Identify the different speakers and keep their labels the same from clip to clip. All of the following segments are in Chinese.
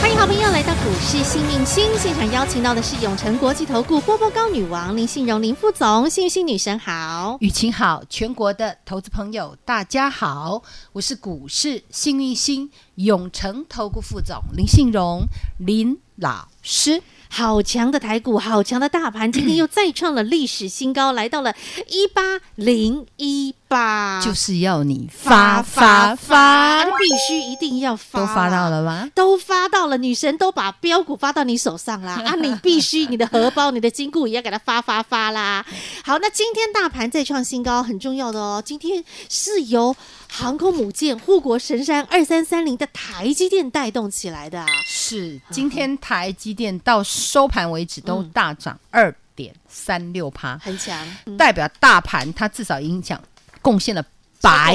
Speaker 1: 欢迎好朋友来到股市幸运星现场，邀请到的是永诚国际投顾波波高女王林信荣林副总，幸运星女神好。
Speaker 2: 雨晴好，全国的投资朋友大家好，我是股市幸运星永诚投顾副总林信荣林老师。
Speaker 1: 好强的台股，好强的大盘，今天又再创了历史新高，来到了一八零一八，啊
Speaker 2: 就是要你发啊发发，
Speaker 1: 必须一定要发，
Speaker 2: 都发到。了吗？
Speaker 1: 都发到了，女神都把标股发到你手上啦！啊，你必须你的荷包、你的金库也要给它发发发啦！好，那今天大盘再创新高，很重要的哦。今天是由航空母舰护国神山二三三零的台积电带动起来的啊！
Speaker 2: 是，今天台积电到收盘为止都大涨二点三六趴，
Speaker 1: 很强，嗯
Speaker 2: 代表大盘它至少影响贡献了百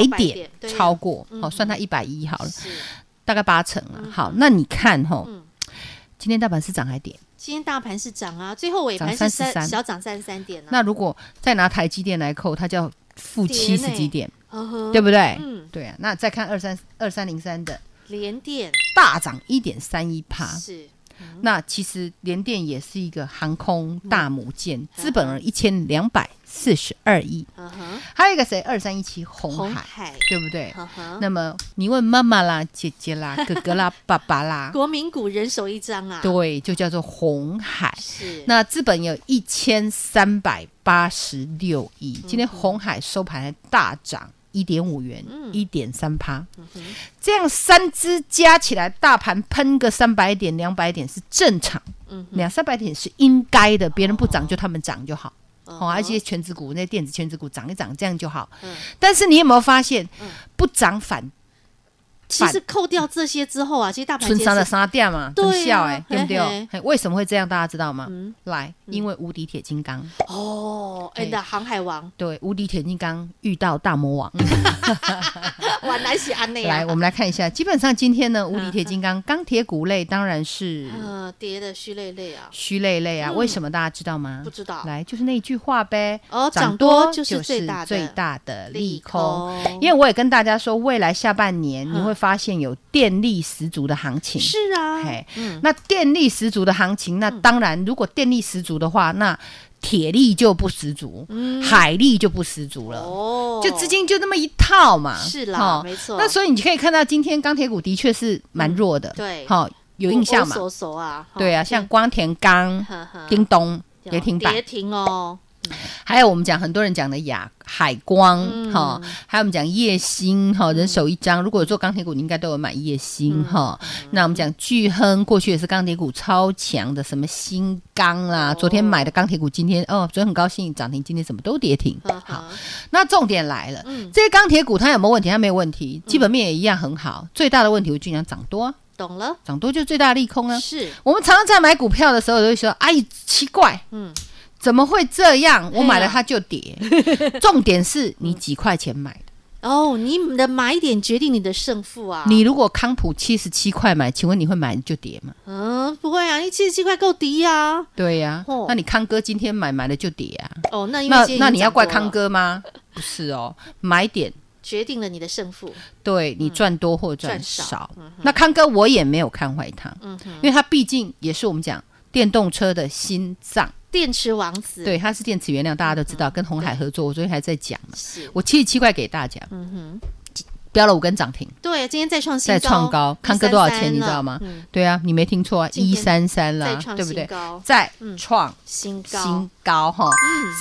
Speaker 1: 超过百
Speaker 2: 点
Speaker 1: 点，对啊
Speaker 2: 超过
Speaker 1: 嗯
Speaker 2: 哦，算它一百一好了，
Speaker 1: 是
Speaker 2: 大概八成啊。好，那你看哈
Speaker 1: 嗯，
Speaker 2: 今天大盘是涨还跌？
Speaker 1: 今天大盘是涨啊，最后尾
Speaker 2: 涨
Speaker 1: 盘是
Speaker 2: 33
Speaker 1: 三小涨三十三点啊。
Speaker 2: 那如果再拿台积电来扣，它叫负
Speaker 1: 跌
Speaker 2: 七
Speaker 1: 呢
Speaker 2: 十几点，
Speaker 1: 呵呵
Speaker 2: 对不对？
Speaker 1: 嗯
Speaker 2: 对啊。那再看二三二三零三的
Speaker 1: 连电
Speaker 2: 大涨一点三一趴，
Speaker 1: 是
Speaker 2: 那其实联电也是一个航空大母舰，
Speaker 1: 嗯
Speaker 2: 资本额一千两百四十二亿。
Speaker 1: 呵呵
Speaker 2: 还有一个谁？二三一七红
Speaker 1: 红
Speaker 2: 海，
Speaker 1: 海嗯
Speaker 2: 对不对？
Speaker 1: 呵呵，
Speaker 2: 那么你问妈妈啦、姐姐 啦、哥哥啦、爸爸啦，
Speaker 1: 国民股人手一张啊，
Speaker 2: 对，就叫做红海。
Speaker 1: 是
Speaker 2: 那资本有一千三百八十六亿，
Speaker 1: 嗯
Speaker 2: 今天红海收盘还大涨一点五元，
Speaker 1: 嗯
Speaker 2: 一点三趴，这样三只加起来，大盘喷个三百点、两百点是正常
Speaker 1: 嗯，
Speaker 2: 两三百点是应该的，别人不涨就他们涨就好。
Speaker 1: 嗯
Speaker 2: 哦，
Speaker 1: 哼
Speaker 2: 而且全指股那些电子全指股涨一涨，这样就好。
Speaker 1: 嗯
Speaker 2: 但是你有没有发现
Speaker 1: 嗯，
Speaker 2: 不涨反
Speaker 1: 其实扣掉这些之后啊，其实大盘
Speaker 2: 春
Speaker 1: 今
Speaker 2: 商
Speaker 1: 天
Speaker 2: 的
Speaker 1: 是
Speaker 2: 商店嘛，
Speaker 1: 对啊
Speaker 2: 很笑哎，
Speaker 1: 嘿
Speaker 2: 对不对
Speaker 1: 嘿？
Speaker 2: 嘿为什么会这样？大家知道吗
Speaker 1: 嗯？
Speaker 2: 来，因为无敌铁金刚。
Speaker 1: 哦
Speaker 2: 对
Speaker 1: ，and 航海王，
Speaker 2: 对，无敌铁金刚遇到大 魔王。
Speaker 1: 原来是安内啊
Speaker 2: 来，我们来看一下，基本上今天呢，
Speaker 1: 嗯
Speaker 2: 无敌铁金刚钢铁股类当然是
Speaker 1: 呃，跌的虚累累啊，
Speaker 2: 虚类类啊。
Speaker 1: 嗯
Speaker 2: 为什么大家知道吗
Speaker 1: 不？知道
Speaker 2: 来，就是那一句话呗。
Speaker 1: 哦，
Speaker 2: 涨
Speaker 1: 涨多
Speaker 2: 就
Speaker 1: 就是是最大的
Speaker 2: 最大的利空。
Speaker 1: 空
Speaker 2: 因为我也跟大家说，未来下半年你
Speaker 1: 嗯
Speaker 2: 会发现有电力十足的行情。
Speaker 1: 是啊，
Speaker 2: 嘿
Speaker 1: 嗯，
Speaker 2: 那电力十足的行情，那当然，如果电力十足的话，那铁力就不十足，
Speaker 1: 嗯
Speaker 2: 海力就不十足了。
Speaker 1: 哦，
Speaker 2: 就资金就那么一套嘛，
Speaker 1: 是啦，
Speaker 2: 齁
Speaker 1: 没错，嗯
Speaker 2: 那所以你可以看到，今天钢铁股的确是蛮弱的，
Speaker 1: 对
Speaker 2: 好、有印象嘛？
Speaker 1: 熟熟啊，哈
Speaker 2: 对啊，像光田钢、
Speaker 1: 呵呵
Speaker 2: 叮咚
Speaker 1: 有
Speaker 2: 跌停板
Speaker 1: 跌，停哦，
Speaker 2: 还有我们讲很多人讲的亚海光，
Speaker 1: 嗯
Speaker 2: 哈、还有我们讲叶星，哈、人手一张。如果有做钢铁股，你应该都有买叶星，哈、
Speaker 1: 嗯
Speaker 2: 那我们讲巨亨，过去也是钢铁股超强的，什么新钢啦，
Speaker 1: 哦
Speaker 2: 昨天买的钢铁股，今天哦，昨天很高兴涨停，今天什么都跌停。
Speaker 1: 呵
Speaker 2: 好，
Speaker 1: 呵，
Speaker 2: 那重点来了，
Speaker 1: 嗯
Speaker 2: 这些钢铁股它有没有问题？它没有问题，基本面也一样很好。最大的问题，我就讲涨多啊，
Speaker 1: 懂了，
Speaker 2: 涨多就是最大的利空啊。
Speaker 1: 是，
Speaker 2: 我们常常在买股票的时候，都会说：“哎，奇怪，
Speaker 1: 嗯，
Speaker 2: 怎么会这样？我买
Speaker 1: 对
Speaker 2: 了
Speaker 1: 啊
Speaker 2: 它就跌。重点是
Speaker 1: 嗯
Speaker 2: 你几块钱买的？
Speaker 1: 哦，你的买点决定你的胜负啊，
Speaker 2: 你如果康普七十七块买，请问你会买就跌吗？
Speaker 1: 嗯，不会啊，你七十七块够低啊，
Speaker 2: 对呀、
Speaker 1: 哦
Speaker 2: 那你康哥今天买买了就跌啊？
Speaker 1: 哦，那因为
Speaker 2: 那
Speaker 1: 今天已经
Speaker 2: 那你要
Speaker 1: 涨
Speaker 2: 怪
Speaker 1: 多
Speaker 2: 康
Speaker 1: 了
Speaker 2: 哥吗？不是哦，买点
Speaker 1: 决定了你的胜负，
Speaker 2: 对你赚多或赚
Speaker 1: 嗯赚
Speaker 2: 少。
Speaker 1: 少
Speaker 2: 那康哥我也没有看坏他，
Speaker 1: 嗯哼，
Speaker 2: 因为它毕竟也是我们讲电动车的心脏，
Speaker 1: 电池王子，
Speaker 2: 对，它是电池原料，大家都知道，
Speaker 1: 嗯
Speaker 2: 跟红海合作，我昨天还在讲嘛，
Speaker 1: 是，
Speaker 2: 我七十七块给大家，嗯哼，标了五根涨停，
Speaker 1: 对，啊今天再创新
Speaker 2: 再创高，康哥多少钱你知道吗？
Speaker 1: 133了嗯，
Speaker 2: 对啊，你没听错啊，
Speaker 1: 今
Speaker 2: 一
Speaker 1: 天
Speaker 2: 三三
Speaker 1: 再
Speaker 2: 啦，
Speaker 1: 创
Speaker 2: 对不对
Speaker 1: 新？高，
Speaker 2: 再
Speaker 1: 嗯
Speaker 2: 创
Speaker 1: 新高，
Speaker 2: 新高哈，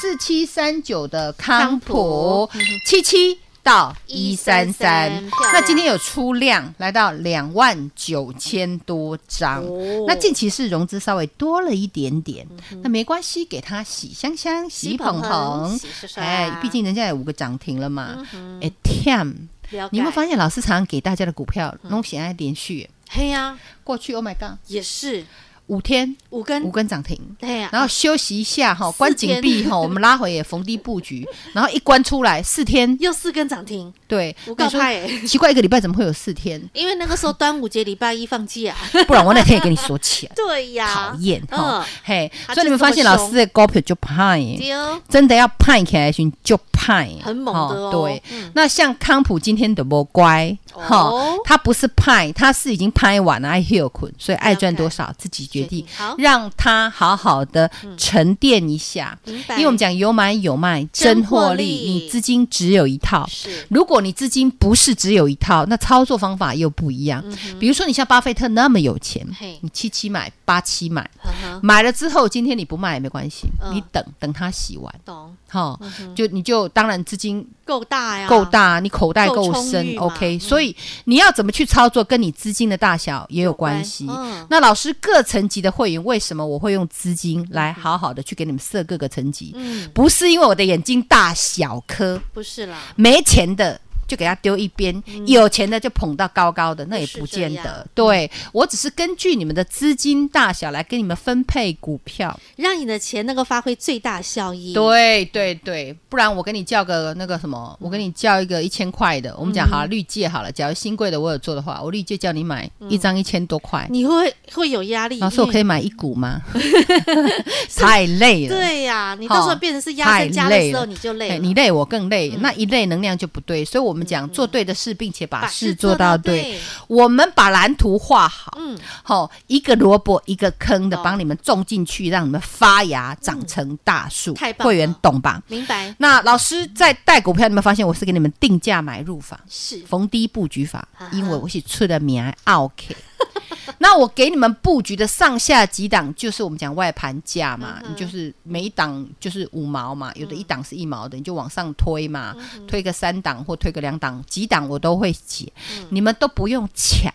Speaker 2: 四七三九的康普
Speaker 1: 康普嗯哼
Speaker 2: 七七。到一三
Speaker 1: 133
Speaker 2: 三
Speaker 1: 漂，亮
Speaker 2: 那今天有出量，来到两万九千多张。
Speaker 1: 哦
Speaker 2: 那近期是融资稍微多了一点点，那没关系，给它洗香香、洗捧捧。
Speaker 1: 喜刷刷，
Speaker 2: 哎，毕竟人家有五个涨停了嘛。
Speaker 1: 嗯
Speaker 2: 哎，Tim，
Speaker 1: 了解
Speaker 2: 你会发现老师常常给大家的股票，弄喜爱连续。
Speaker 1: 嘿呀，
Speaker 2: 过去，Oh my god，
Speaker 1: 也是
Speaker 2: 五天
Speaker 1: 五根
Speaker 2: 五根涨停，
Speaker 1: 对呀、
Speaker 2: 然后休息一下哈，关紧
Speaker 1: 啊天
Speaker 2: 闭 哈，我们拉回也逢低布局，然后一关出来 四天，
Speaker 1: 又四根涨停，
Speaker 2: 对，
Speaker 1: 我告
Speaker 2: 那你说
Speaker 1: 怕耶，
Speaker 2: 奇怪，一个礼拜怎么会有四天？
Speaker 1: 因为那个时候端午节礼拜一放 假、啊，
Speaker 2: 不然我那天也跟你说 起来，
Speaker 1: 对呀、
Speaker 2: 讨厌
Speaker 1: 嗯，
Speaker 2: 哈嘿，
Speaker 1: 他就是这
Speaker 2: 所以你
Speaker 1: 么
Speaker 2: 们发现老师的股票就派耶，
Speaker 1: 丢，
Speaker 2: 真的要派起来寻就派，
Speaker 1: 很猛的哦
Speaker 2: 吼对
Speaker 1: 嗯，
Speaker 2: 那像康普今天的不乖哈
Speaker 1: 哦，
Speaker 2: 他不是派，他是已经拍完了爱休困，所以爱赚多少自己决定
Speaker 1: 决定好，嗯
Speaker 2: 让他好好的沉淀一下。
Speaker 1: 明白？
Speaker 2: 因为我们讲有买有卖，
Speaker 1: 真
Speaker 2: 真获
Speaker 1: 获
Speaker 2: 利，
Speaker 1: 利
Speaker 2: 你资金只有一套。
Speaker 1: 是
Speaker 2: 如果你资金不是只有一套，那操作方法又不一样。比如说，你像巴菲特那么有钱
Speaker 1: 嗯嘿，
Speaker 2: 你七七买、八七买，
Speaker 1: 呵呵，
Speaker 2: 买了之后，今天你不卖也没关系，
Speaker 1: 嗯
Speaker 2: 你等等它洗完，
Speaker 1: 懂，
Speaker 2: 哈、就你就当然资金
Speaker 1: 够大呀，
Speaker 2: 够，大，你口袋
Speaker 1: 够
Speaker 2: 够
Speaker 1: 充
Speaker 2: 深
Speaker 1: 裕嘛
Speaker 2: ，OK、
Speaker 1: 嗯
Speaker 2: 所以你要怎么去操作，跟你资金的大小也有关系。
Speaker 1: 嗯
Speaker 2: 那老师各层级的会员，为什么我会用资金来好好的去给你们设各个层级？
Speaker 1: 嗯，
Speaker 2: 不是因为我的眼睛大小颗，
Speaker 1: 不是啦，
Speaker 2: 没钱的就给他丢一边，有钱的就捧到高高的，那也
Speaker 1: 嗯
Speaker 2: 不见
Speaker 1: 是这样嗯
Speaker 2: 得。对我只是根据你们的资金大小来给你们分配股票。
Speaker 1: 让你的钱能够发挥最大效益，，
Speaker 2: 对对
Speaker 1: 嗯
Speaker 2: 对，不然我跟你叫个那个什么，我跟你叫一个一千块的，我们讲好了
Speaker 1: 嗯
Speaker 2: 绿界好了，假如新贵的我有做的话，我绿界叫你买一张一千多块，
Speaker 1: 你会会有压力，
Speaker 2: 然后说我可以买一股 吗？ 太累
Speaker 1: 因
Speaker 2: 了。
Speaker 1: 为。对呀、你到时候
Speaker 2: 哈
Speaker 1: 变成是压身加的时候，
Speaker 2: 太累了
Speaker 1: 你就累
Speaker 2: 哎
Speaker 1: 了，嗯
Speaker 2: 你累我更累，那一累能量就不对，所以我们讲做对的事，并且把事做到对。，我们把蓝图画好，
Speaker 1: 嗯，
Speaker 2: 好、一个萝卜一个坑的
Speaker 1: 懂嗯
Speaker 2: 帮你们种进去，让你们发芽长成大树。
Speaker 1: 太棒了
Speaker 2: 会员懂吧？
Speaker 1: 明白
Speaker 2: 那老师在带股票，你们发现我是给你们定价买入法、
Speaker 1: 是
Speaker 2: 逢低布局法
Speaker 1: 啊哈，
Speaker 2: 因为我是出了名的 OK。那我给你们布局的上下几档，就是我们讲外盘价
Speaker 1: 嗯
Speaker 2: 嘛，你就是每一档就是五毛嘛，有的一档是一毛的，你就往上推嘛，
Speaker 1: 嗯
Speaker 2: 推个三档或推个两档，几档我都会解，
Speaker 1: 嗯
Speaker 2: 你们都不用抢，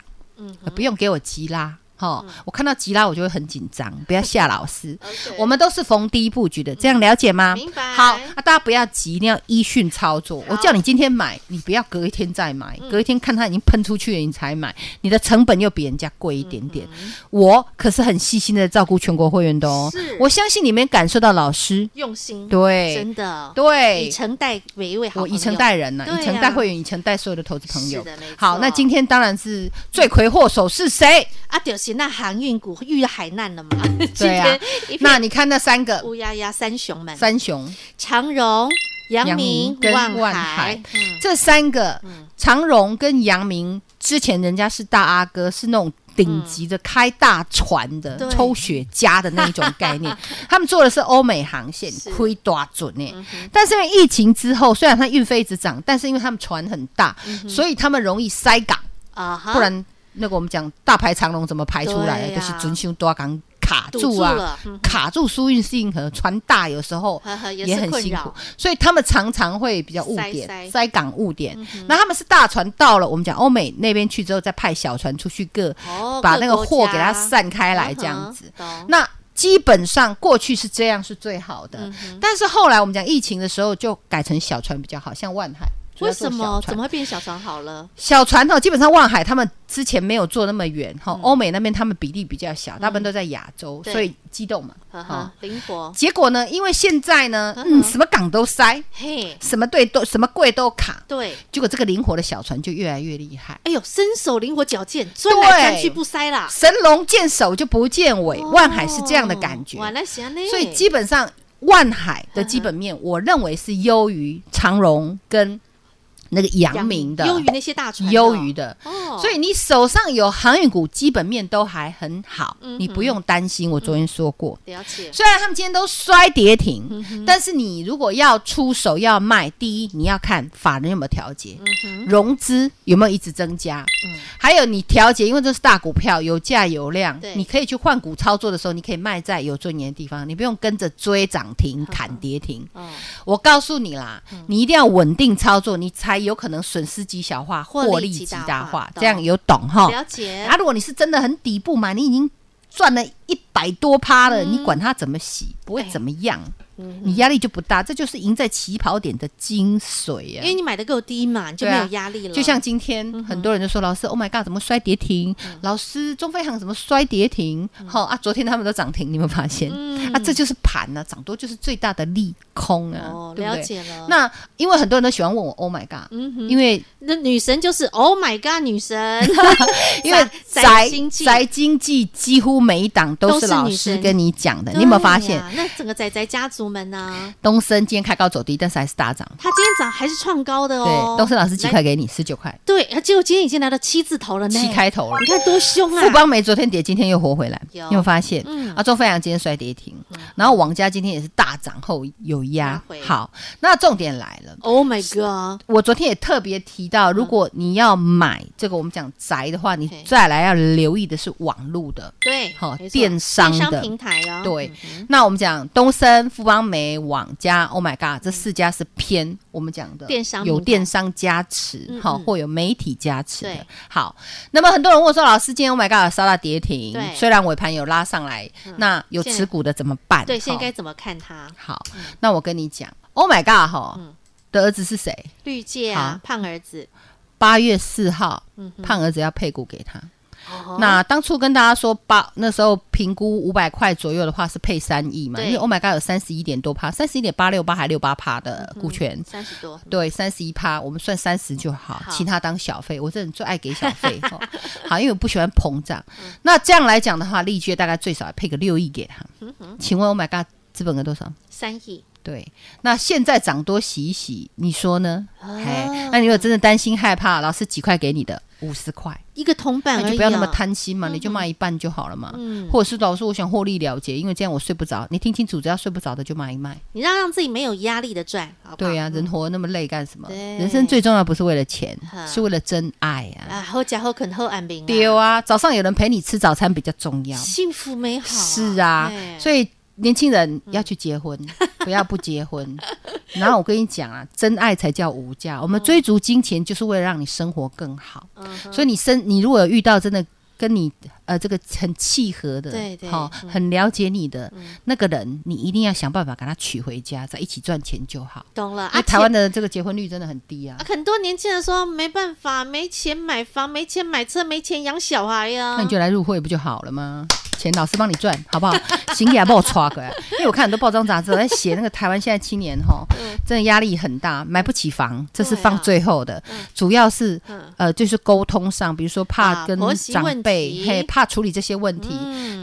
Speaker 2: 也不用给我急拉。哦，
Speaker 1: 嗯
Speaker 2: 我看到急拉我就会很紧张，不要吓老 师。
Speaker 1: ，OK，
Speaker 2: 我们都是逢低布局的，这样了解吗？
Speaker 1: 明白
Speaker 2: 好啊，大家不要急，一定要依训操作。我叫你今天买，你不要隔一天再买，
Speaker 1: 嗯
Speaker 2: 隔一天看它已经喷出去了你才买，你的成本又比人家贵一
Speaker 1: 嗯
Speaker 2: 点点。我可是很细心的照顾全国会员的哦
Speaker 1: 是，
Speaker 2: 我相信你们感受到老师
Speaker 1: 用心，
Speaker 2: 对
Speaker 1: 真的，以
Speaker 2: 对。
Speaker 1: 诚待每一位好
Speaker 2: 我
Speaker 1: 朋友，
Speaker 2: 以诚待人呢、
Speaker 1: 对啊
Speaker 2: 以诚待会员，以诚待所有的投资朋友
Speaker 1: 是的没错。
Speaker 2: 好，那今天当然是罪魁祸首是谁？
Speaker 1: 啊，就是那航运股遇海难了嘛，今
Speaker 2: 对啊
Speaker 1: 天一片
Speaker 2: 那你看那三个
Speaker 1: 乌鸦鸦三雄们，
Speaker 2: 三雄，
Speaker 1: 长荣、阳
Speaker 2: 阳
Speaker 1: 明
Speaker 2: 明、跟
Speaker 1: 万
Speaker 2: 万
Speaker 1: 海
Speaker 2: 海，
Speaker 1: 嗯
Speaker 2: 这三个，长荣跟阳明之前人家是大阿哥，是那种顶级的开大船的、
Speaker 1: 对
Speaker 2: 抽雪茄的那一种概 念。他们做的是欧美航线
Speaker 1: 是，嗯
Speaker 2: 亏大准呢、但是因为疫情之后，虽然它运费一直涨，但是因为他们船很大，
Speaker 1: 嗯
Speaker 2: 所以他们容易塞港，
Speaker 1: 啊哈，
Speaker 2: 不然那个我们讲大排长龙怎么排出来？
Speaker 1: 对
Speaker 2: 的？
Speaker 1: 呀
Speaker 2: 就是准修多港卡
Speaker 1: 堵
Speaker 2: 住
Speaker 1: 住
Speaker 2: 啊。
Speaker 1: 了，嗯
Speaker 2: 卡住输运运河，船大有时候
Speaker 1: 呵呵也
Speaker 2: 也
Speaker 1: 是
Speaker 2: 很
Speaker 1: 困
Speaker 2: 辛
Speaker 1: 扰
Speaker 2: 苦，所以他们常常会比较误
Speaker 1: 塞
Speaker 2: 点
Speaker 1: 塞嗯
Speaker 2: 塞港误点。那他们是大船到了我们讲欧美那边去之后，再派小船出去各
Speaker 1: 哦
Speaker 2: 把
Speaker 1: 各
Speaker 2: 那个
Speaker 1: 国
Speaker 2: 货
Speaker 1: 家
Speaker 2: 给它散开来
Speaker 1: 嗯哼
Speaker 2: 这样子。
Speaker 1: 懂
Speaker 2: 那基本上过去是这样是最好的，
Speaker 1: 嗯
Speaker 2: 但是后来我们讲疫情的时候就改成小船比较好，像万海。
Speaker 1: 为什
Speaker 2: 主要做小
Speaker 1: 么
Speaker 2: 船
Speaker 1: 怎么会变小船好了？
Speaker 2: 小船哦，基本上望海他们之前没有做那么远哈，欧美那边他们比例比较小，大部分都在亚洲，
Speaker 1: 嗯对
Speaker 2: 所以激动嘛。
Speaker 1: 呵
Speaker 2: 哦
Speaker 1: 呵，灵活，
Speaker 2: 结果呢，因为现在呢，
Speaker 1: 嗯
Speaker 2: 嗯，什么港都塞，
Speaker 1: 嘿，
Speaker 2: 什么队都什么柜都卡，
Speaker 1: 对，
Speaker 2: 结果这个灵活的小船就越来越厉害，
Speaker 1: 哎呦，身手灵活，矫健，钻来钻去不塞啦，
Speaker 2: 神龙见首就不见尾，
Speaker 1: 哦
Speaker 2: 万海是这样的感觉，
Speaker 1: 哇那嗯行呢
Speaker 2: 所以基本上万海的基本面，我认为是优于长荣跟那个阳明的，
Speaker 1: 优于那些大船，
Speaker 2: 优于，的。
Speaker 1: 哦，
Speaker 2: 所以你手上有航运股，基本面都还很好，
Speaker 1: 嗯哼嗯
Speaker 2: 你不用担心。我昨天说过，
Speaker 1: 了解，
Speaker 2: 虽然他们今天都摔跌停，
Speaker 1: 嗯
Speaker 2: 但是你如果要出手要卖，第一你要看法人有没有调节，
Speaker 1: 嗯
Speaker 2: 融资有没有一直增加，还有你调节，因为这是大股票，有价有量
Speaker 1: 对，
Speaker 2: 你可以去换股操作的时候，你可以卖在有尊严的地方，你不用跟着追涨
Speaker 1: 嗯
Speaker 2: 停、砍跌停。
Speaker 1: 哦，
Speaker 2: 我告诉你啦，你一定要稳定操作，你才有可能损失极小化，
Speaker 1: 获
Speaker 2: 获
Speaker 1: 利
Speaker 2: 利
Speaker 1: 极
Speaker 2: 极
Speaker 1: 大化
Speaker 2: 大化，
Speaker 1: 懂
Speaker 2: 这样有懂哈？啊
Speaker 1: 了解
Speaker 2: 啊，，如果你是真的很底部嘛，你已经赚了一百多趴了，你管它怎么洗，不会怎么样，你压力就不大，这就是赢在起跑点的精髓
Speaker 1: 因
Speaker 2: 啊
Speaker 1: 为。你买的够低嘛，你就
Speaker 2: 对
Speaker 1: 没
Speaker 2: 啊
Speaker 1: 有压力了。嗯
Speaker 2: 就像今天、很多人就说，老师，Oh my god，怎么摔跌停？老师，中飞航怎么摔跌停？
Speaker 1: 嗯
Speaker 2: 好、啊，昨天他们都涨停，你有没有发现？啊，这就是盘啊，涨多就是最大的利空啊，
Speaker 1: 哦，
Speaker 2: 对不
Speaker 1: 了
Speaker 2: 对？
Speaker 1: 解了。嗯
Speaker 2: 那因为很多人都喜欢问我，Oh my god，、因为
Speaker 1: 那女神就是 Oh my God，女神，
Speaker 2: 因为
Speaker 1: 宅
Speaker 2: 宅
Speaker 1: 经济
Speaker 2: 宅经济几乎每一档都
Speaker 1: 都
Speaker 2: 是
Speaker 1: 是
Speaker 2: 老
Speaker 1: 女
Speaker 2: 师
Speaker 1: 生
Speaker 2: 跟你讲的， 你有没有发现
Speaker 1: 哎对？呀那整个仔仔家族们呢？
Speaker 2: 东升今天开高走低，但是还是大涨。
Speaker 1: 他今天早还是创高的哦。
Speaker 2: 对，东升老师几
Speaker 1: 来
Speaker 2: 块给你？十九块，
Speaker 1: 对，啊结果今天已经来到七字头了呢，
Speaker 2: 七开头了
Speaker 1: 你。看多凶啊！
Speaker 2: 富邦美昨天跌，今天又活回来，你
Speaker 1: 有
Speaker 2: 有没有发现？
Speaker 1: 嗯
Speaker 2: 啊，中飞扬今天摔跌停，然后王家今天也是大涨后有
Speaker 1: 拉
Speaker 2: 压
Speaker 1: 回。
Speaker 2: 好，那重点来了。
Speaker 1: Oh my God，
Speaker 2: 我昨天也特别提到，如果你要买这个我们讲宅的话，你
Speaker 1: 嘿
Speaker 2: 再来要留意的是网络的。
Speaker 1: 对，
Speaker 2: 好
Speaker 1: 没错
Speaker 2: 电商的
Speaker 1: 平台啊，
Speaker 2: 对，那我们讲东森、富邦美、网家、Oh my God，这四家是偏我们讲的
Speaker 1: 嗯电商
Speaker 2: 有
Speaker 1: 平台
Speaker 2: 电商加持
Speaker 1: 嗯，
Speaker 2: 好、
Speaker 1: 嗯
Speaker 2: 或有媒体加持
Speaker 1: 对
Speaker 2: 的。好，那么很多人问我说，老师，今天 Oh my God 杀到跌停
Speaker 1: 对，嗯
Speaker 2: 虽然尾盘有拉上来，那有持股的怎么办？
Speaker 1: 对，现在
Speaker 2: 好
Speaker 1: 该怎么看它？
Speaker 2: 好，那我跟你讲，Oh my God 哈、
Speaker 1: 嗯
Speaker 2: 的儿子是谁？
Speaker 1: 绿界啊，胖儿子，
Speaker 2: 八月四号，
Speaker 1: 嗯哼，
Speaker 2: 胖儿子要配股给他。
Speaker 1: 哦
Speaker 2: 那当初跟大家说八那时候评估五百块左右的话是配三亿嘛，
Speaker 1: 对
Speaker 2: 因为 Oh my God 有三十一点多趴，三十一点八六八还六八趴的股权。
Speaker 1: 三十多，
Speaker 2: 嗯对，三十一趴，我们算三十就好，
Speaker 1: 嗯好
Speaker 2: 其他当小费。我这人最爱给小 费、哦，好，因为我不喜欢膨胀。
Speaker 1: 嗯
Speaker 2: 那这样来讲的话，丽娟大概最少要配个六亿给他。
Speaker 1: 嗯
Speaker 2: 请问 Oh my God，资本额多少？
Speaker 1: 三亿，
Speaker 2: 对，那现在涨多洗一洗，你说呢？
Speaker 1: 哦
Speaker 2: 哎、那你如果真的担心害怕，老师几块给你的？五十块。
Speaker 1: 一个铜板而
Speaker 2: 那
Speaker 1: 已，啊嗯
Speaker 2: 就不要那么，贪心嘛，你就卖一半就好了嘛。或者是老师，我想获利了结，因为这样我睡不着。你听清楚，只要睡不着的就卖一卖。
Speaker 1: 你让让自己没有压力的赚，好不好
Speaker 2: 对啊呀、人活那么累干什么？
Speaker 1: 对
Speaker 2: 人生最重要不是为了钱
Speaker 1: 哈，
Speaker 2: 是为了真爱啊。
Speaker 1: 啊，后加后肯后安bình，
Speaker 2: 丢，啊，早上有人陪你吃早餐比较重要。啊
Speaker 1: 幸福美好，
Speaker 2: 是啊，所以年轻人要去结婚，
Speaker 1: 嗯
Speaker 2: 不要不结 婚。然后我跟你讲啊，真爱才叫无价。我们
Speaker 1: 嗯
Speaker 2: 追逐金钱，就是为了让你生活更好。所以你生，你如果有遇到真的跟你呃这个很契合的，
Speaker 1: 对对
Speaker 2: 好
Speaker 1: 嗯
Speaker 2: 很了解你的那个人，你一定要想办法把他娶回家，在一起赚钱就好。
Speaker 1: 以懂了
Speaker 2: 因
Speaker 1: 啊，
Speaker 2: 为台湾的这个结婚率真的很低啊
Speaker 1: 啊，。很多年轻人说没办法，没钱买房，没钱买车，没钱养小孩啊呀、
Speaker 2: 那你就来入会不就好了吗？钱老师帮你赚，好不 好？行李还帮我歘过来，啊因为我看很多报章杂志在写那个台湾现在青年哈，
Speaker 1: 嗯
Speaker 2: 真的压力很大，买不起房，这是放最后的，主要是呃就是沟通上，比如说
Speaker 1: 嗯啊
Speaker 2: 怕跟
Speaker 1: 婆媳
Speaker 2: 长
Speaker 1: 问
Speaker 2: 辈
Speaker 1: 题嗯
Speaker 2: 嘿怕处理这些问题，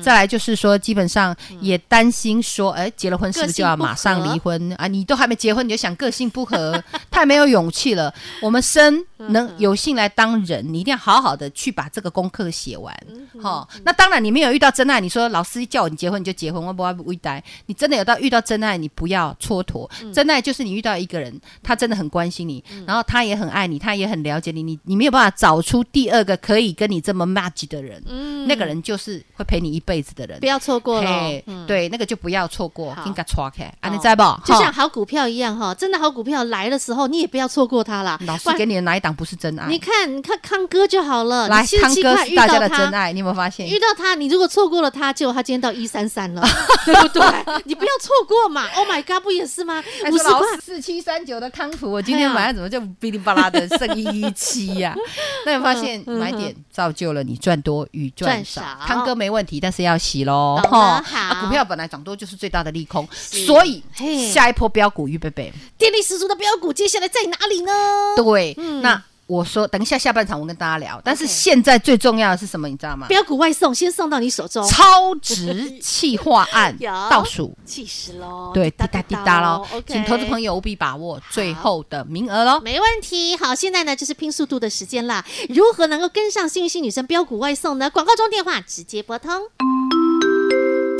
Speaker 2: 再来就是说基本上也担心说，哎，结了婚是不是就要马上离婚啊？你都还没结婚你就想个性不合，太没有勇气了。我们生
Speaker 1: 嗯
Speaker 2: 能有幸来当人，你一定要好好的去把这个功课写完。
Speaker 1: 嗯
Speaker 2: 好、那当然你没有遇到真爱，你说老师叫你结婚你就结婚，我不会不会呆。你真的有到遇到真爱，你不要蹉跎。
Speaker 1: 嗯
Speaker 2: 真爱就是你遇到一个人，他真的很关心你，然后他也很爱你，他也很了解你，你你没有办法找出第二个可以跟你这么 match 的人，那个人就是会陪你一辈子的人
Speaker 1: 嗯不。要错过了
Speaker 2: 嘿。对，那个就不要错过
Speaker 1: 好，
Speaker 2: 应该抓开，啊，
Speaker 1: 好
Speaker 2: 你在不？
Speaker 1: 就像
Speaker 2: 哈
Speaker 1: 好股票一样哈，真的好股票来的时候，你也不要错过它啦。
Speaker 2: 老
Speaker 1: 不
Speaker 2: 师
Speaker 1: 然
Speaker 2: 给你的哪一档不是真爱
Speaker 1: 你？看，你看康哥就好了，
Speaker 2: 来
Speaker 1: 你，七
Speaker 2: 康
Speaker 1: 十七
Speaker 2: 哥
Speaker 1: 块
Speaker 2: 是
Speaker 1: 遇
Speaker 2: 大
Speaker 1: 到
Speaker 2: 家的
Speaker 1: 他，
Speaker 2: 真爱，你有没有发现？
Speaker 1: 遇到他，你如果错过了他，结果他今天到一三三 了，对不对？你不要错过嘛！Oh my god，不也是吗？
Speaker 2: 还
Speaker 1: 五
Speaker 2: 说
Speaker 1: 十块
Speaker 2: 哎老四七三九的康普，我今天晚上怎么就哔哩吧啦的剩一一七 呀？那你发现买点造就了你赚多与赚少
Speaker 1: 赚少，
Speaker 2: 康哥没问题，但是要洗喽
Speaker 1: 嗯懂了
Speaker 2: 哈
Speaker 1: 好
Speaker 2: 啊股票本来涨多就是最大的利空，所以
Speaker 1: 嘿
Speaker 2: 下一波标股预备备。
Speaker 1: 电力十足的标股，接下来在哪里呢？
Speaker 2: 对
Speaker 1: 嗯，
Speaker 2: 那我说等一下下半场我跟大家聊，但是
Speaker 1: OK
Speaker 2: 现在最重要的是什么？你知道吗？
Speaker 1: 标股外送，先送到你手中，
Speaker 2: 超值气化案
Speaker 1: 哦有哦
Speaker 2: 倒数，
Speaker 1: 气死喽！
Speaker 2: 对，滴答滴答
Speaker 1: 咯
Speaker 2: 喽，请投资朋
Speaker 1: 友。
Speaker 2: 友务必把握最后的名额喽。
Speaker 1: 没问题，好，现在呢就是拼速度的时间啦。如何能够跟上幸运星女神标股外送呢？广告中电话直接拨通。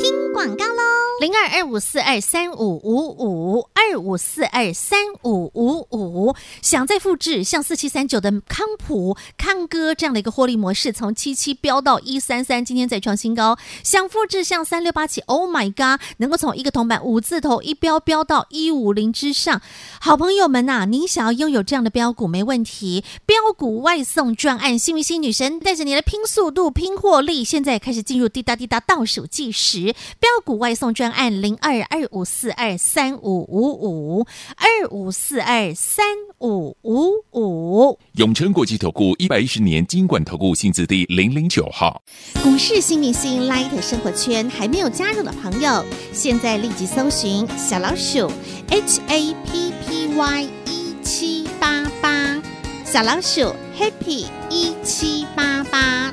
Speaker 1: 听广告喽，零二二五四二三五五五二二五四二三五五五。想再复制像四七三九的康普、康哥这样的一个获利模式，从七七飙到一三三，今天再创新高。想复制像三六八七，Oh my god，能够从一个铜板五字头一飙飙到一五零之上。好朋友们呐、您想要拥有这样的标股没问题，标股外送专案，幸运星女神带着你来拼速度、拼获利，现在开始进入滴答滴答倒数计时，标股外送专案零二二五四二三五五五二五四二三五五五。
Speaker 3: 永诚国际投顾一百一十年金管投顾新字第零零九号。
Speaker 1: 股市新明星 Light 生活圈还没有加入的朋友，现在立即搜寻小老鼠 HAPPY 一 E 七八八，小老鼠 Happy 一七八八，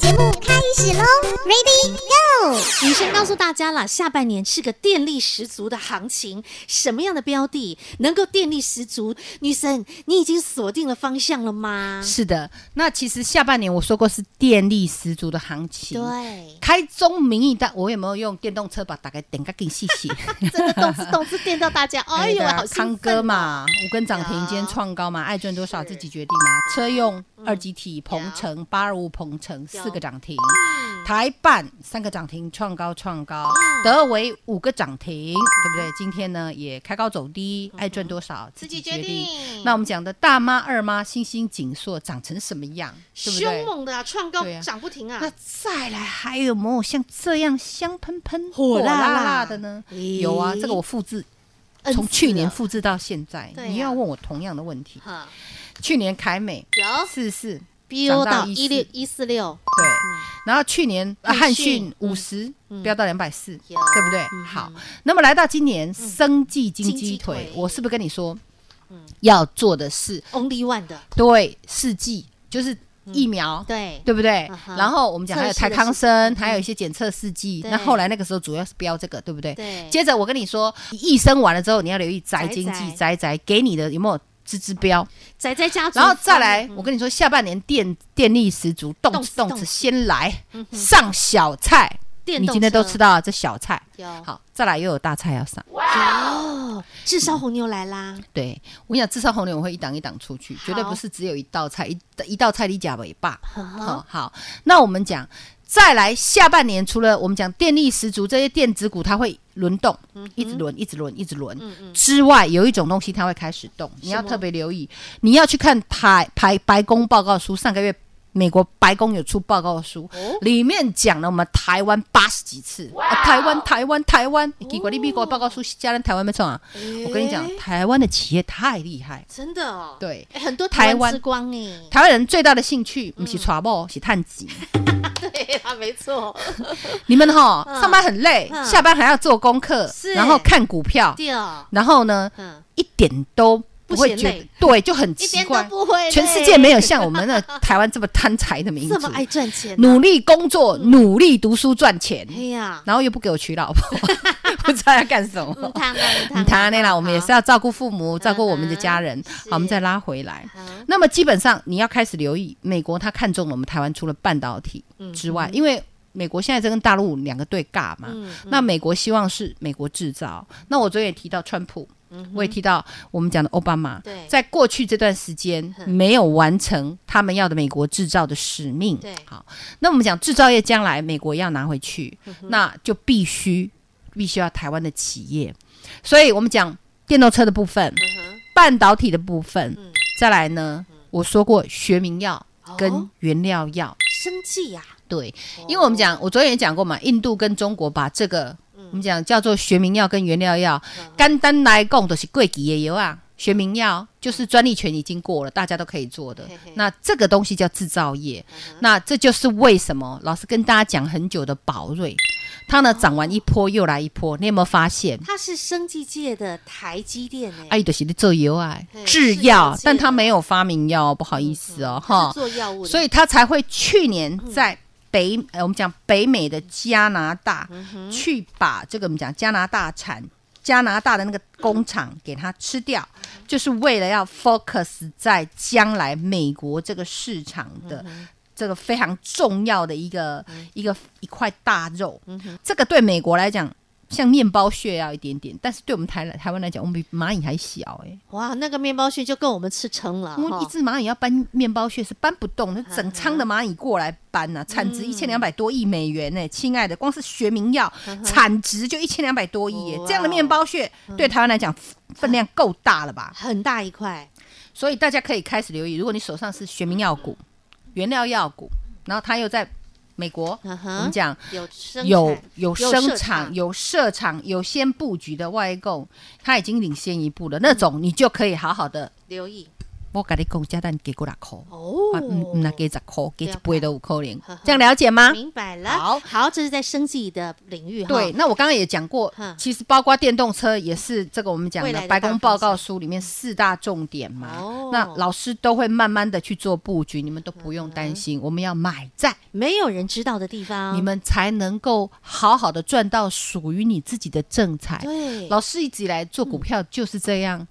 Speaker 4: 节目开始喽，Ready Go！
Speaker 1: 女生告诉大家了，下半年是个电力十足的行情，什么样的标的能够电力十足？女生，你已经锁定了方向了吗？
Speaker 2: 是的，那其实下半年我说过是电力十足的行情。
Speaker 1: 对，
Speaker 2: 开宗明义，但我有没有用电动车把打开点个给细细？
Speaker 1: 真的动次动次电到大 家， 哎呦，
Speaker 2: 对啊
Speaker 1: 好兴奋
Speaker 2: 康哥嘛，五根涨停，今天创高嘛，爱赚多少
Speaker 1: 是
Speaker 2: 自己决定嘛。车用二级体，
Speaker 1: 嗯
Speaker 2: 鹏程八二五，鹏程
Speaker 1: 有
Speaker 2: 四个涨停，台办三个涨停，创高创高，
Speaker 1: 嗯
Speaker 2: 德维五个涨停，对不对？今天呢也开高走低，
Speaker 1: 嗯
Speaker 2: 爱赚多少自己决定。那我们讲的大妈、二妈、星星、锦硕长成什么样，对不对
Speaker 1: 凶？猛的啊，创高
Speaker 2: 对啊
Speaker 1: 涨不停啊
Speaker 2: 那！再来还有没有像这样香喷喷、
Speaker 1: 火辣辣
Speaker 2: 的呢？
Speaker 1: 咦
Speaker 2: 有啊，这个我复制，
Speaker 1: 摁
Speaker 2: 从
Speaker 1: 死
Speaker 2: 去年
Speaker 1: 了
Speaker 2: 复制到现在
Speaker 1: 对。啊
Speaker 2: 你
Speaker 1: 呀
Speaker 2: 要问我同样的问题，
Speaker 1: 哈，
Speaker 2: 去年凯美
Speaker 1: 有
Speaker 2: 四四
Speaker 1: 飙
Speaker 2: 涨
Speaker 1: 到
Speaker 2: 到
Speaker 1: 一
Speaker 2: 14
Speaker 1: 六一四六，
Speaker 2: 对，然后去年呃
Speaker 1: 汉
Speaker 2: 汉
Speaker 1: 讯
Speaker 2: 讯五十
Speaker 1: 嗯
Speaker 2: 飙到两百四，
Speaker 1: 有
Speaker 2: 对不对
Speaker 1: 嗯？
Speaker 2: 好，那么来到今年生计
Speaker 1: 金
Speaker 2: 金鸡
Speaker 1: 鸡腿嗯
Speaker 2: 腿，我是不是跟你说要做的是
Speaker 1: only one 的，
Speaker 2: 对试剂，就是疫苗。
Speaker 1: 对，
Speaker 2: 对不对
Speaker 1: 啊哈？
Speaker 2: 然后我们讲还有
Speaker 1: 嗯测试的试
Speaker 2: 台
Speaker 1: 嗯
Speaker 2: 康生，还有一些检测试剂。
Speaker 1: 对
Speaker 2: 那后来那个时候主要是标这个，对不对？
Speaker 1: 对
Speaker 2: 接着我跟你说，益生完了之后，你要留意宅经济
Speaker 1: 宅
Speaker 2: 宅宅给你的有没有支支标？
Speaker 1: 宅在家族风，
Speaker 2: 然后再来，
Speaker 1: 嗯
Speaker 2: 我跟你说，下半年电电力十足，动次
Speaker 1: 动
Speaker 2: 动
Speaker 1: 次
Speaker 2: 次先来上小菜。
Speaker 1: 电
Speaker 2: 你
Speaker 1: 动
Speaker 2: 今天
Speaker 1: 车
Speaker 2: 都吃到了这小菜，
Speaker 1: 有
Speaker 2: 好，再来又有大菜要上。
Speaker 1: 哦，炙烧红牛来啦，
Speaker 2: 对我跟你讲，至少红牛我会一档一档出去，绝对
Speaker 1: 好
Speaker 2: 不是只有一道菜，一一道菜你假尾巴。
Speaker 1: 呵呵
Speaker 2: 好、好，那我们讲再来下半年，除了我们讲电力十足这些电子股，它会轮动，
Speaker 1: 嗯
Speaker 2: 一直轮，一直轮，一直轮、之外，有一种东西它会开始动，你要
Speaker 1: 什么
Speaker 2: 特别留意，你要去看台白白宫报告书，上个月。美国白宫有出报告书，
Speaker 1: 哦
Speaker 2: 里面讲了我们台湾八十几次，啊台
Speaker 1: 哦
Speaker 2: 湾台湾台湾，结果你美国报告书加人台湾没创啊！
Speaker 1: 哎
Speaker 2: 我跟你讲
Speaker 1: 诶，
Speaker 2: 台湾的企业太厉害，
Speaker 1: 真的哦，
Speaker 2: 对
Speaker 1: 诶，很多
Speaker 2: 台
Speaker 1: 台湾
Speaker 2: 湾
Speaker 1: 之光 哎，
Speaker 2: 台湾人最大的兴趣
Speaker 1: 嗯
Speaker 2: 不是传播，是探钱。
Speaker 1: 对啊，没错，
Speaker 2: 你们哈
Speaker 1: 嗯
Speaker 2: 上班很累
Speaker 1: 嗯，
Speaker 2: 下班还要做功课
Speaker 1: 是，
Speaker 2: 然后看股票，
Speaker 1: 对哦，
Speaker 2: 然后呢，
Speaker 1: 嗯，
Speaker 2: 一点都不会
Speaker 1: 不嫌
Speaker 2: 觉得
Speaker 1: 累
Speaker 2: 对，就很
Speaker 1: 一
Speaker 2: 奇
Speaker 1: 点都
Speaker 2: 怪。
Speaker 1: 不会累，
Speaker 2: 全世界没有像我们那台湾这么贪财的民族
Speaker 1: 这，么爱赚钱啊，
Speaker 2: 努力工作，努力读书赚钱，
Speaker 1: 哎 呀，
Speaker 2: 然后又不给我娶老婆，不知道要干什
Speaker 1: 嗯，
Speaker 2: 么。
Speaker 1: 他呢，
Speaker 2: 你谈那啦，我们也是要照顾父母，照顾我们的
Speaker 1: 嗯哼
Speaker 2: 家人。
Speaker 1: 是
Speaker 2: 好，我们再拉回来。
Speaker 1: 好，好
Speaker 2: 那么基本上你要开始留意，美国它看中了我们台湾除了半导体
Speaker 1: 嗯
Speaker 2: 之外，因为美国现在在跟大陆两个对尬嘛，
Speaker 1: 嗯
Speaker 2: 那美国希望是美国制造。那我昨天也提到川普，我也提到我们讲的奥巴马
Speaker 1: 嗯对，嗯
Speaker 2: 在过去这段时间
Speaker 1: 哼
Speaker 2: 没有完成他们要的美国制造的使命
Speaker 1: 对。
Speaker 2: 好，那我们讲制造业将来美国要拿回去，
Speaker 1: 嗯
Speaker 2: 那就必须必须要台湾的企业。所以我们讲电动车的部分，
Speaker 1: 嗯
Speaker 2: 半导体的部分，再来呢，我说过学名药
Speaker 1: 哦
Speaker 2: 跟原料药，
Speaker 1: 生计啊呀，
Speaker 2: 对，
Speaker 1: 哦
Speaker 2: 因为我们讲，我昨天也讲过嘛，印度跟中国
Speaker 1: 嗯
Speaker 2: 把
Speaker 1: 嗯
Speaker 2: 这个、我们讲叫做学名药跟原料药，单单来讲都是贵几的油啊，学名药就是专利权已经过了，大家都可以做的
Speaker 1: 嘿嘿。嗯
Speaker 2: 那这个东西叫制造业，那这就是为什么老师跟大家讲很久的宝瑞，它呢涨完一波又来一
Speaker 1: 哦
Speaker 2: 波，你有没有发现？
Speaker 1: 它是生技界的台积电哎、
Speaker 2: 阿姨就是在做药啊
Speaker 1: 嘿，
Speaker 2: 制
Speaker 1: 制药
Speaker 2: 药
Speaker 1: 界，
Speaker 2: 但它没有发明药哦，不好意思哦，
Speaker 1: 它
Speaker 2: 哈
Speaker 1: 是。做药物的，嗯
Speaker 2: 所以他才会去年在北、呃、我们讲北美的加拿大、
Speaker 1: 嗯
Speaker 2: 去把这个我们讲加拿大产加拿大的那个工厂给它吃掉，
Speaker 1: 嗯
Speaker 2: 就是为了要 focus 在将来美国这个市场的。
Speaker 1: 嗯
Speaker 2: 这个非常重要的一个、一个一块大肉，
Speaker 1: 嗯
Speaker 2: 这个对美国来讲像面包屑要一点点，但是对我们台台湾来讲，我们比蚂蚁还小哎、
Speaker 1: 哇，那个面包屑就够我们吃撑了
Speaker 2: 因为一
Speaker 1: 哦哈。
Speaker 2: 只蚂蚁要搬面包屑是搬不动的，整仓的蚂蚁过来搬呐、产
Speaker 1: 嗯
Speaker 2: 值一千两百多亿美元呢、亲爱的，光是学名药
Speaker 1: 嗯
Speaker 2: 产值就一千两百多亿耶、
Speaker 1: 哇哦
Speaker 2: 这样的面包屑对台湾来讲分量够大了吧？
Speaker 1: 很大一块，
Speaker 2: 所以大家可以开始留意，如果你手上是学名药股、原料药股，然后它又在美国，
Speaker 1: 嗯
Speaker 2: 我们
Speaker 1: 哼，
Speaker 2: 讲
Speaker 1: 有生
Speaker 2: 有
Speaker 1: 产
Speaker 2: 有
Speaker 1: 有
Speaker 2: 生
Speaker 1: 设
Speaker 2: 产、
Speaker 1: 厂
Speaker 2: 有设厂、有先布局的外供，它已经领先一步了，那种你就可以好好的。
Speaker 1: 留意
Speaker 2: 我跟你讲，加蛋给过来扣。
Speaker 1: 哦
Speaker 2: 啊，嗯，嗯那给十块，给一杯都有可能
Speaker 1: 呵呵，
Speaker 2: 这样了解吗？
Speaker 1: 啊明白了。
Speaker 2: 好
Speaker 1: 好，这是在生技的领域哈。
Speaker 2: 对，，那我刚刚也讲过
Speaker 1: 哼，
Speaker 2: 其实包括电动车也是这个我们讲
Speaker 1: 未来
Speaker 2: 的
Speaker 1: 的
Speaker 2: 白宫
Speaker 1: 大方
Speaker 2: 报告书里面四大重点嘛。
Speaker 1: 哦
Speaker 2: 那老师都会慢慢的去做布局，你们都不用担心。我们要买在
Speaker 1: 没有人知道的地方，
Speaker 2: 你们才能够好好的赚到属于你自己的正财。
Speaker 1: 对
Speaker 2: 老师一直以来做股票就是这样，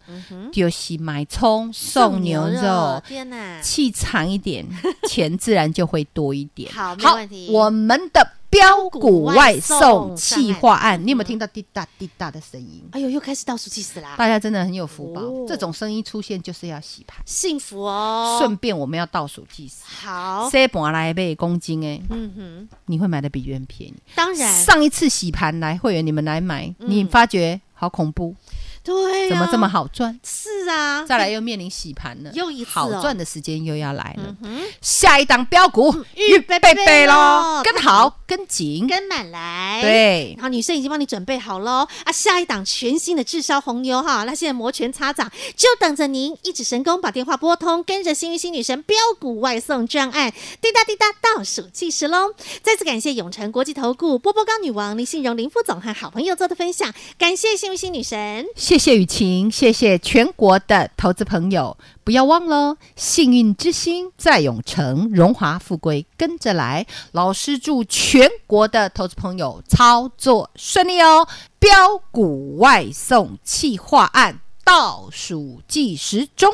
Speaker 2: 就是买葱送牛肉，
Speaker 1: 天哪！
Speaker 2: 气长一 点，钱自然就会多一点。
Speaker 1: 好没问题
Speaker 2: 我们的标股
Speaker 1: 标
Speaker 2: 外
Speaker 1: 股外送
Speaker 2: 送企划案，你有没有
Speaker 1: 嗯
Speaker 2: 听到滴答滴答的声音？
Speaker 1: 哎呦，又开始倒数计时啦，
Speaker 2: 大家真的很有福报，
Speaker 1: 哦
Speaker 2: 这种声音出现就是要洗牌。
Speaker 1: 幸福哦。
Speaker 2: 顺便我们要倒数计时，
Speaker 1: 好，
Speaker 2: 这盘来被公斤哎，
Speaker 1: 嗯哼，
Speaker 2: 你会买的比别人便宜。
Speaker 1: 当然，
Speaker 2: 上一次洗盘来会员你们来买，
Speaker 1: 嗯
Speaker 2: 你发觉好恐怖，
Speaker 1: 对、啊，
Speaker 2: 怎么这么？好赚？
Speaker 1: 是啊，
Speaker 2: 再来又面临洗盘了，
Speaker 1: 又一次哦嗯
Speaker 2: 好赚的时间又要来了。下一档标股
Speaker 1: 预
Speaker 2: 预
Speaker 1: 备
Speaker 2: 备
Speaker 1: 备
Speaker 2: 备
Speaker 1: 咯
Speaker 2: 喽，跟好跟紧，
Speaker 1: 跟哎满来，。
Speaker 2: 对
Speaker 1: 然，后女生已经帮你准备好喽啊！下一档全新的炙烧红牛哈，那现在摩拳擦掌，就等着您一指神功把电话拨通，跟着幸运星女神标股外送专案，滴答滴答倒数计时喽！再次感谢永诚国际投顾波波高女王林信荣林副总和好朋友做的分享，感谢幸运星女神。
Speaker 2: 谢谢雨晴，谢谢全国的投资朋友，不要忘了，幸运之星在永城，荣华富贵跟着来。老师祝全国的投资朋友操作顺利哦！标股外送企划案倒数计时中。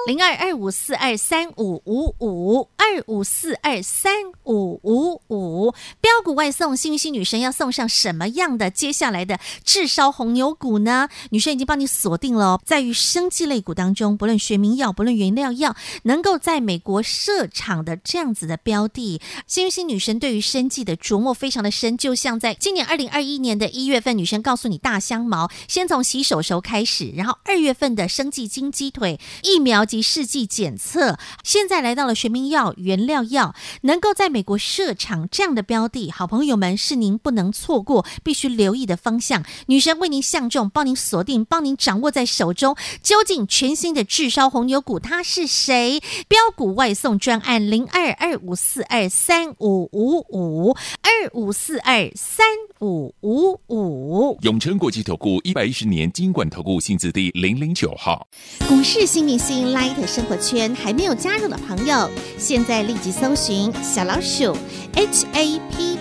Speaker 1: 零二二五四二三五五五二五四二三五五五标股外送，幸运星女神要送上什么样的接下来的炙烧红牛股呢？女神已经帮你锁定了哦，在于生技类股当中，不论学名药，不论原料药，能够在美国设厂的这样子的标的，幸运星女神对于生计的琢磨非常的深，就像在今年二零二一年的一月份，女神告诉你大香茅先从洗手手开始，然后二月份的生计金鸡腿疫苗及试剂检测，现在来到了学名药、原料药，能够在美国设厂这样的标的，好朋友们是您不能错过、必须留意的方向。女神为您相中，帮您锁定，帮您掌握在手中。究竟全新的炙烧红牛股它是谁？标股外送专案零二二五四二三五五五二五四二三五五五。
Speaker 3: 永诚国际投顾一百一十年金管投顾性质第零零九号。
Speaker 1: 股市新明星 Light 生活圈还没有加入的朋友，现在立即搜寻小老鼠 HAPPY 一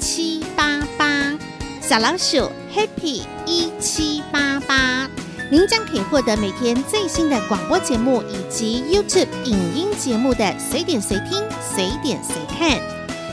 Speaker 1: 七八八，小老鼠 Happy 一七八八，您将可以获得每天最新的广播节目以及 YouTube 影音节目的随点随听、随点随看。